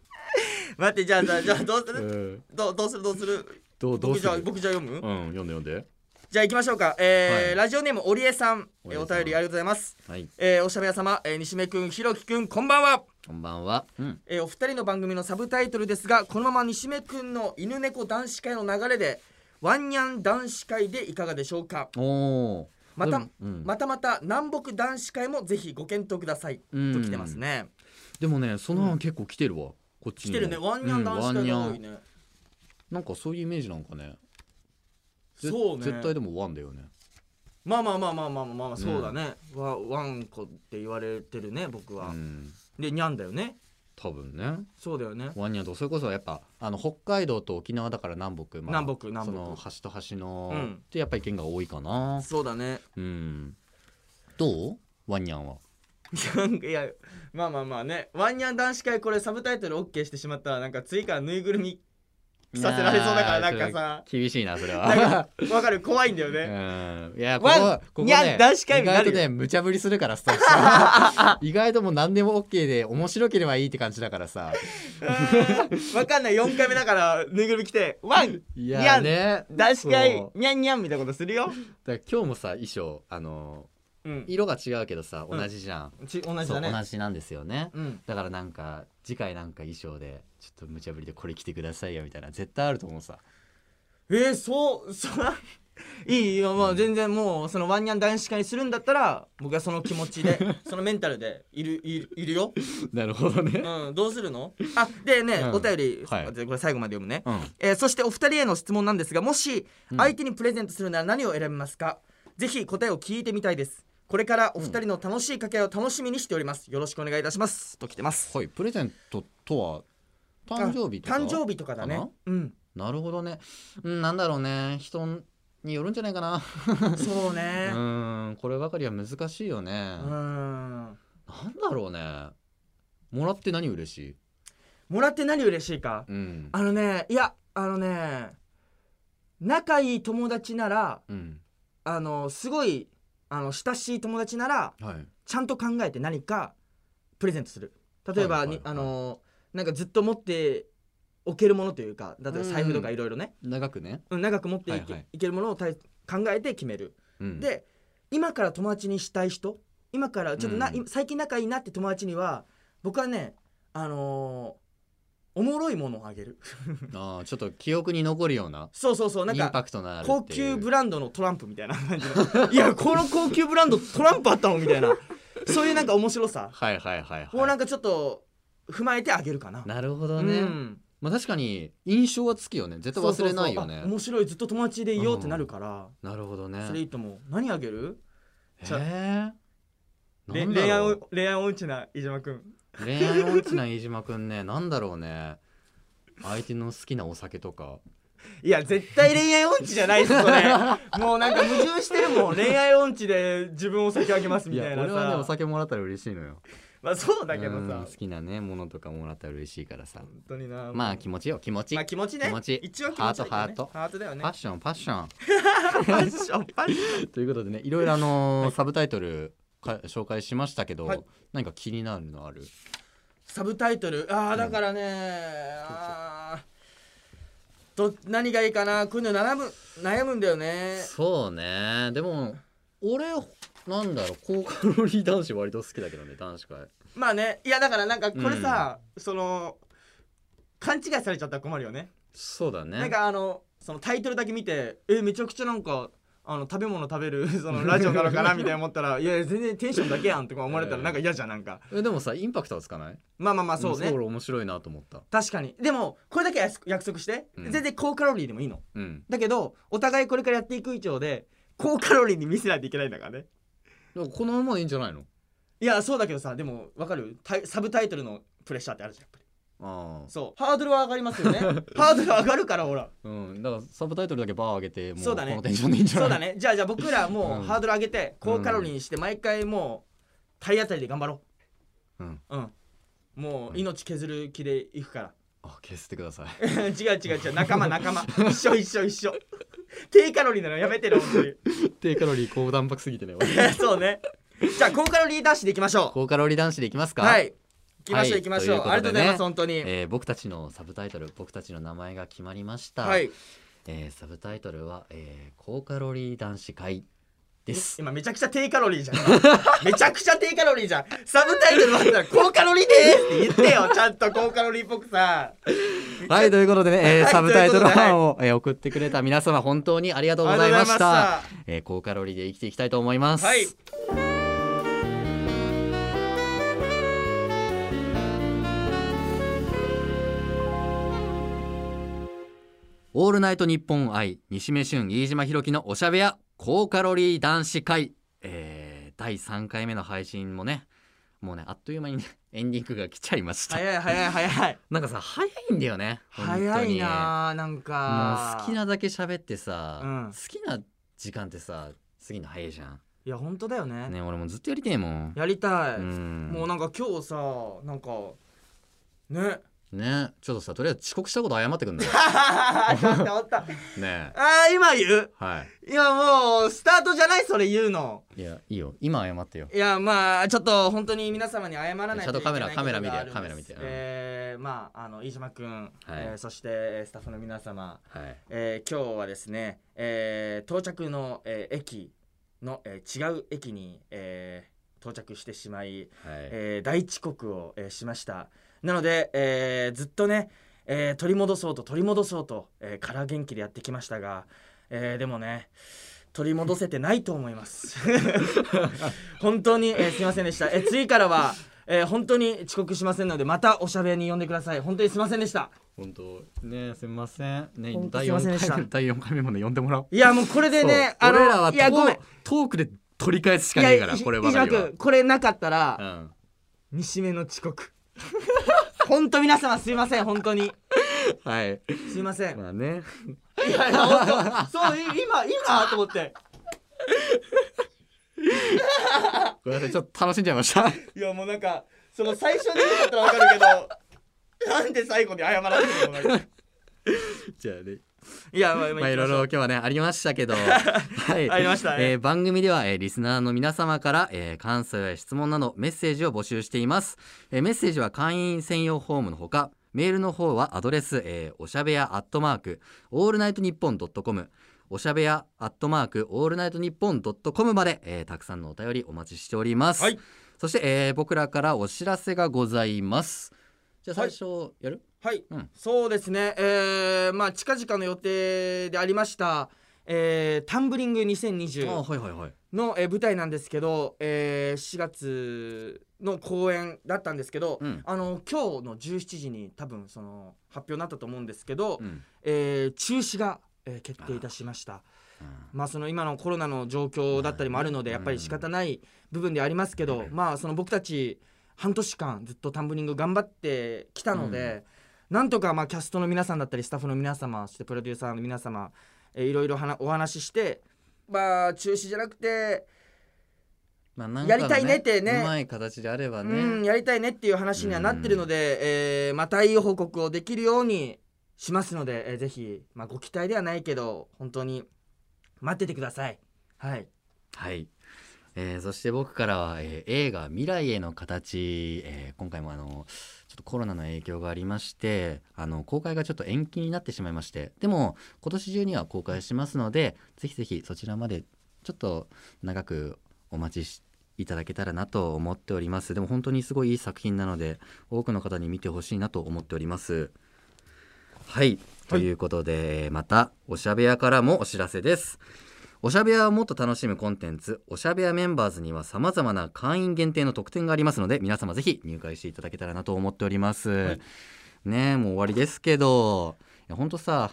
Speaker 2: 待ってじゃあじゃあじゃあ どうす
Speaker 1: う
Speaker 2: る
Speaker 1: ん
Speaker 2: どうどうするどうする
Speaker 1: どうどう
Speaker 2: 僕
Speaker 1: す
Speaker 2: じゃあ
Speaker 1: る
Speaker 2: 僕じゃあ読
Speaker 1: う
Speaker 2: む、
Speaker 1: ん読んで読んで
Speaker 2: じゃあ行きましょうか、えー
Speaker 1: はい
Speaker 2: ラジオネーム織江さんえー
Speaker 1: 織江
Speaker 2: お
Speaker 1: さん
Speaker 2: 便りありがとうございます、
Speaker 1: はい
Speaker 2: えーおしゃべり様、えー西目くんひろきくんこんばんは、
Speaker 1: こんばんは、うん、
Speaker 2: えーお二人の番組のサブタイトルですがこのまま西目くんの犬猫男子会の流れでワンニャン男子会でいかがでしょうか
Speaker 1: おお
Speaker 2: また、
Speaker 1: うん
Speaker 2: またまた南北男子会もぜひご検討くださいと
Speaker 1: うん
Speaker 2: 来てますね、
Speaker 1: でもねその
Speaker 2: うん
Speaker 1: 案結構来てるわ、こっちに
Speaker 2: 来て
Speaker 1: も
Speaker 2: るねワンニャン男子
Speaker 1: うん
Speaker 2: 会が
Speaker 1: ワン
Speaker 2: 多い
Speaker 1: ニャン
Speaker 2: ね、
Speaker 1: なんかそういうイメージなんかねぜ
Speaker 2: そうね
Speaker 1: 絶対でもワンだよね
Speaker 2: まあまあまあまあまあまあまあ、そうだねわワンコって言われてるね僕
Speaker 1: う
Speaker 2: は、
Speaker 1: ん
Speaker 2: でニャンだよね
Speaker 1: 多分ね
Speaker 2: そうだよね
Speaker 1: ワンニャンとそれこそやっぱあの北海道と沖縄だから南北、まあ
Speaker 2: 南北南北
Speaker 1: その端と端の、
Speaker 2: うん
Speaker 1: ってやっぱり県が多いかな
Speaker 2: そうだね
Speaker 1: うんどうワンニャンは
Speaker 2: いやまあまあまあねワンニャン男子会これサブタイトル OK してしまったらなんか次からぬいぐるみ着させられそうだからなんかさ
Speaker 1: それ厳しいなそれ
Speaker 2: なん
Speaker 1: は
Speaker 2: かわかる怖いんだよ
Speaker 1: う
Speaker 2: ね
Speaker 1: んいやここ
Speaker 2: ワン
Speaker 1: ここ
Speaker 2: ニャ
Speaker 1: ね
Speaker 2: ン男子会
Speaker 1: 意
Speaker 2: にな
Speaker 1: 外
Speaker 2: るよ
Speaker 1: とね無茶ぶりするからスタッフさ ん意外ともう何でも OK で面白ければいいって感じだからさ
Speaker 2: うーんわかんない4回目だからぬいぐるみ来てワン
Speaker 1: いやね
Speaker 2: 男子会
Speaker 1: そう
Speaker 2: ニャンニャンみたいなことするよ、
Speaker 1: だから今日もさ衣装あの
Speaker 2: うん、
Speaker 1: 色が違うけどさ
Speaker 2: うん
Speaker 1: 同じじゃん、
Speaker 2: ち同じ
Speaker 1: そ
Speaker 2: だ
Speaker 1: う
Speaker 2: ね
Speaker 1: 同じなんですよね
Speaker 2: うん
Speaker 1: だからなんか次回なんか衣装でちょっと無茶ぶりでこれ着てくださいよみたいな絶対あると思う さ
Speaker 2: えー、そうそらいいよもう全然もうそのワンニャン男子会にするんだったら僕はその気持 ちでそのメンタルでいるいるいるよ
Speaker 1: なるほどね
Speaker 2: うん、どうするのあでね、
Speaker 1: うん
Speaker 2: お便り、
Speaker 1: はい
Speaker 2: これ最後まで読むね、
Speaker 1: うん
Speaker 2: えーそしてお二人への質問なんですがもし
Speaker 1: うん
Speaker 2: 相手にプレゼントするなら何を選びますか、ぜひ答えを聞いてみたいですこれからお二人の楽しい掛け合いを楽しみにしておりますよろしくお願いいたしますと来てます
Speaker 1: はいプレゼントとは誕生日とか
Speaker 2: 誕生日とかだね
Speaker 1: か
Speaker 2: うん
Speaker 1: なるほどねうんなんだろうね人によるんじゃないかな
Speaker 2: そう
Speaker 1: う
Speaker 2: ね
Speaker 1: ーんこればかりは難しいよね
Speaker 2: うん
Speaker 1: なんだろうねもらって何嬉しい
Speaker 2: もらって何嬉しいか
Speaker 1: うん
Speaker 2: あのねいやあのね仲いい友達なら
Speaker 1: うん
Speaker 2: あのすごいあの親しい友達なら
Speaker 1: はい
Speaker 2: ちゃんと考えて何かプレゼントする例えば、
Speaker 1: はいはいはい
Speaker 2: にあのーなんかずっと持っておけるものというか例えば財布とかいろいろね、
Speaker 1: 長くね
Speaker 2: うん長く持っていけ,、
Speaker 1: はいはい
Speaker 2: けるものをたい考えて決める、
Speaker 1: うん
Speaker 2: で今から友達にしたい人今からちょっとな、
Speaker 1: うん
Speaker 2: い最近仲いいなって友達には僕はねあのーおもろいものをあげる
Speaker 1: あーちょっと記憶に残るような
Speaker 2: そうそうそうなん
Speaker 1: インパ
Speaker 2: か
Speaker 1: クトのあるっていう
Speaker 2: 高級ブランドのトランプみたいな感じのいやこの高級ブランドトランプあったのみたいなそういうなんか面白さ
Speaker 1: はいはいはい
Speaker 2: もうな
Speaker 1: は
Speaker 2: んかちょっと踏まえてあげるかな。
Speaker 1: いなるほど
Speaker 2: う
Speaker 1: ね、
Speaker 2: ん
Speaker 1: まあ確かに印象はつくよね絶対
Speaker 2: そう
Speaker 1: 忘
Speaker 2: そうそう
Speaker 1: れないよね
Speaker 2: あ面白いずっと友達でいようってなるから、
Speaker 1: なるほどね
Speaker 2: それいいと思う。何あげる？
Speaker 1: へ
Speaker 2: ちゃ
Speaker 1: えな
Speaker 2: れ
Speaker 1: んだろう
Speaker 2: 恋愛音痴な飯島くん。
Speaker 1: 恋愛音痴な飯島くんねなんだろうね相手の好きなお酒とか
Speaker 2: いや絶対恋愛音痴じゃないっす よね。もうなんか矛盾してるもん。恋愛音痴で自分お酒あげます
Speaker 1: い
Speaker 2: み
Speaker 1: や
Speaker 2: たいなさ。
Speaker 1: 俺はねお酒もらったら嬉しいのよ
Speaker 2: まあそうだけど
Speaker 1: うん
Speaker 2: さ
Speaker 1: 好。きなねものとかもらったら嬉しいからさ
Speaker 2: 本当にな。
Speaker 1: まあ気持ちよ気持ち、
Speaker 2: まあ気持ちね。
Speaker 1: 気持ち
Speaker 2: 一応気持ちだけどね
Speaker 1: ハートハート
Speaker 2: ハートだよね
Speaker 1: パッ。ションパッション
Speaker 2: パッ ションパッション。
Speaker 1: ということでねいろいろあのーサブタイトルか紹介しましたけど、
Speaker 2: はい
Speaker 1: 何か気になるのある
Speaker 2: サブタイトルああだからね、ああと何がいいかなこういうの悩む悩むんだよね
Speaker 1: そうねでも俺なんだろう高カロリー男子割と好きだけどね男子会
Speaker 2: まあねいやだからなんかこれさ、その勘違いされちゃったら困るよね
Speaker 1: そうだね
Speaker 2: なんかあのそのタイトルだけ見てえめちゃくちゃなんかあの食べ物食べる そのラジオなのか なみたいな思ったらいやいや全然テンションだけやんとか思われたらなんか嫌じゃんなんか
Speaker 1: えでもさインパクトはつかない
Speaker 2: まあまあまあそう
Speaker 1: す
Speaker 2: ね
Speaker 1: ごい俺面白いなと思った
Speaker 2: 確かにでもこれだけは約束して、
Speaker 1: うん
Speaker 2: 全然高カロリーでもいいの
Speaker 1: うん
Speaker 2: だけどお互いこれからやっていく以上で高カロリーに見せないといけないんだからね
Speaker 1: でもこのままでいいんじゃないの
Speaker 2: いやそうだけどさでもわかるタイサブタイトルのプレッシャーってあるじゃんやっぱり
Speaker 1: あ
Speaker 2: そうハードルは上がりま すよねハードル上がるからほら
Speaker 1: あ うんだからサブタイトルだけバー上げてもう
Speaker 2: そうだね
Speaker 1: このテンションでいいんじゃな
Speaker 2: そ
Speaker 1: いう
Speaker 2: だねじゃあじゃあ僕らも
Speaker 1: うん
Speaker 2: うハードル上げて高カロリーにして毎回もう体当たりで頑張ろう
Speaker 1: うん
Speaker 2: うんもう命削る気でいくから
Speaker 1: あ消してください
Speaker 2: 違う違う違う仲間仲間一緒一緒一緒 低カロリーなのやめてる本当 に
Speaker 1: 低カロリー高タンパクすぎてね俺
Speaker 2: そうねじゃあ高カロリーダッシュでいきましょう
Speaker 1: 高カロリー男子でいきますか
Speaker 2: はい。行きま
Speaker 1: は
Speaker 2: しょう、
Speaker 1: い
Speaker 2: 行きましょう
Speaker 1: ということでね
Speaker 2: ありがとうございます、本当に。
Speaker 1: えー僕たちのサブタイトル僕たちの名前が決まりました、
Speaker 2: はい。
Speaker 1: えーサブタイトルは、えー高カロリー男子会です
Speaker 2: 今めちゃくちゃ低カロリーじゃん めちゃくちゃ低カロリーじゃんサブタイトルだったら高カロリーでーすって言 ってよちゃんと高カロリーっぽくさ
Speaker 1: はいということでね、えー
Speaker 2: はい
Speaker 1: サブタイトル
Speaker 2: ということで
Speaker 1: 版を、えー送ってくれた皆様本当にありがとうございました
Speaker 2: ありがとうございま
Speaker 1: えー高カロリーで生きていきたいと思います、
Speaker 2: はい
Speaker 1: オールナイト日本愛西目旬飯島ひろきのおしゃべや高カロリー男子会、えー第3回目の配信もねもうねあっという間にね エンディングが来ちゃいました
Speaker 2: 早い早い早い
Speaker 1: なんかさ早いんだよね本当に
Speaker 2: 早いなーなんか
Speaker 1: もう好きなだけ喋ってさ、
Speaker 2: うん
Speaker 1: 好きな時間ってさ過ぎるの早いじゃ
Speaker 2: いや本当だよね
Speaker 1: んね俺もうずっとやりてえもん
Speaker 2: やりたい、
Speaker 1: うん
Speaker 2: もうなんか今日さなんか ね
Speaker 1: ねちょっとさとりあえず遅刻したこと謝ってくんだよ
Speaker 2: ちょっと待った
Speaker 1: ねえ
Speaker 2: あー今言う
Speaker 1: はい
Speaker 2: 今もうスタートじゃないそれ言うの
Speaker 1: いやいいよ今謝ってよ
Speaker 2: いやまあちょっと本当に皆様に謝らない
Speaker 1: シャド
Speaker 2: とい
Speaker 1: ウ
Speaker 2: け
Speaker 1: カ
Speaker 2: な
Speaker 1: メ
Speaker 2: い
Speaker 1: ラ
Speaker 2: ことがあるんで
Speaker 1: カメラ
Speaker 2: す
Speaker 1: カメラ見てうん
Speaker 2: えー、まああの飯島君、んえーそしてえースタッフの皆様、
Speaker 1: はい
Speaker 2: えー今日はですね、えー到着の、えー駅の、えー違う駅に、えー到着してしまい、
Speaker 1: はい、
Speaker 2: えー大遅刻を、えーしましたなので、えーずっとね、えー取り戻そうと取り戻そうと、えー、から元気でやってきましたが、えーでもね取り戻せてないと思います 本当に、えーすいませんでした、えー次からは、えー本当に遅刻しませんのでまたおしゃべりに呼んでください本当にすいませんでした
Speaker 1: 本当ねえすみませんね
Speaker 2: 本当
Speaker 1: 第
Speaker 2: すいませんで
Speaker 1: 4
Speaker 2: した
Speaker 1: 回目 第四回目まで呼んでもらおう
Speaker 2: いやもうこれでね
Speaker 1: そう
Speaker 2: の
Speaker 1: 俺らはト
Speaker 2: いやごめん
Speaker 1: ートークで取り返すしか
Speaker 2: いや
Speaker 1: ないからこればか
Speaker 2: 飯
Speaker 1: り
Speaker 2: 島
Speaker 1: は
Speaker 2: 君これなかったら、
Speaker 1: うん
Speaker 2: 西目の遅刻本当皆様すいません本当に
Speaker 1: はい
Speaker 2: すいません
Speaker 1: まあね
Speaker 2: いやいや本当そうい今今と思って
Speaker 1: ごめんなさいちょっと楽しんじゃいま した
Speaker 2: いやもうなんかその最初で言うだったら分かるけど なんで最後に謝られてるの
Speaker 1: じゃあね
Speaker 2: いやまあ
Speaker 1: まあいろいろ今日はねありました けど、はい、
Speaker 2: ありましたね
Speaker 1: えー番組では、えーリスナーの皆様から、えー感想や質問などメッセージを募集しています、えーメッセージは会員専用ホームのほかメールの方はアドレス、えーおしゃべやアットマークオールナイトニッポンドットコムおしゃべやアットマークオールナイトニッポンドットコムまで、えーたくさんのお便りお待ちしております、
Speaker 2: はい
Speaker 1: そして、えー僕らからお知らせがございますじゃあ
Speaker 2: は
Speaker 1: 最
Speaker 2: い
Speaker 1: 初やる、
Speaker 2: はい、
Speaker 1: うん
Speaker 2: そうですねえー、まあ近々の予定でありましたえー、タンブリング2020
Speaker 1: あはいはいはい
Speaker 2: の、えー舞台なんですけど、えー、4月の公演だったんですけど、
Speaker 1: うん
Speaker 2: あの今日の17時に多分その発表になったと思うんですけど、
Speaker 1: うん
Speaker 2: えー中止が、えー決定いたしました
Speaker 1: うん
Speaker 2: まあその今のコロナの状況だったりもあるので
Speaker 1: まあ
Speaker 2: やっ
Speaker 1: ね
Speaker 2: ぱり仕方ない部分ではありますけど、まあその僕たち半年間ずっとタンブリング頑張ってきたので、なんとかまあキャストの皆さんだったりスタッフの皆様そしてプロデューサーの皆様、えーいろいろはなお話ししてまあ中止じゃなくて、
Speaker 1: まあなんかの
Speaker 2: やりたいねってね
Speaker 1: うまい形であればね、
Speaker 2: うんやりたいねっていう話にはなってるので、えーまたいい報告をできるようにしますので、えーぜひ、まあ、ご期待ではないけど本当に待っててください。はい
Speaker 1: はい、えーそして僕からは、えー映画「未来への形」えー今回もあのちょっとコロナの影響がありましてあの公開がちょっと延期になってしまいましてでも今年中には公開しますのでぜひぜひそちらまでちょっと長くお待ちしいただけたらなと思っておりますでも本当にすごいいい作品なので多くの方に見てほしいなと思っておりますはいということで、えーまたおしゃべやからもお知らせですおしゃべやをもっと楽しむコンテンツ、おしゃべやメンバーズには様々な会員限定の特典がありますので、皆様ぜひ入会していただけたらなと思っております。ねえ、もう終わりですけど、いやほんとさ、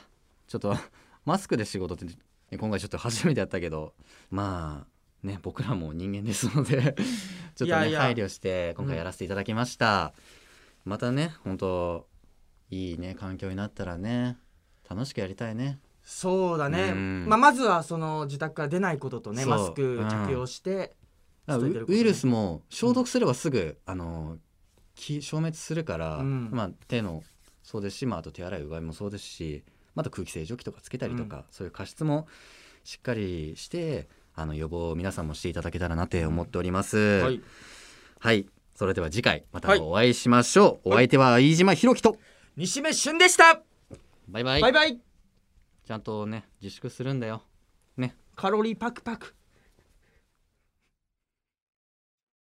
Speaker 1: ちょっとマスクで仕事って、ね今回ちょっと初めてやったけど、まあ、ね、僕らも人間ですので、ちょっとね
Speaker 2: いやいや
Speaker 1: 配慮して今回やらせていただきました。またね、本当いいね、環境になったらね、楽しくやりたいね。
Speaker 2: そうだね、
Speaker 1: うん
Speaker 2: まあ、まずはその自宅から出ないこととね
Speaker 1: そう
Speaker 2: マスク着用して、
Speaker 1: あウ
Speaker 2: 伝えてること
Speaker 1: ウ
Speaker 2: ね
Speaker 1: イルスも消毒すればすぐ、あのき消滅するから、
Speaker 2: うん
Speaker 1: まあ、手のそうですし、まあ、あと手洗いうがいもそうですしまた空気清浄機とかつけたりとか、そういう加湿もしっかりしてあの予防を皆さんもしていただけたらなって思っております。は、
Speaker 2: はいい、
Speaker 1: それでは次回ま
Speaker 2: は
Speaker 1: た
Speaker 2: い
Speaker 1: お会いしましょう。お相手は飯島弘樹と、
Speaker 2: 西目旬でした、
Speaker 1: バイバイ
Speaker 2: バイバイ
Speaker 1: ちゃんとね自粛するんだよ。
Speaker 2: カロリーパクパク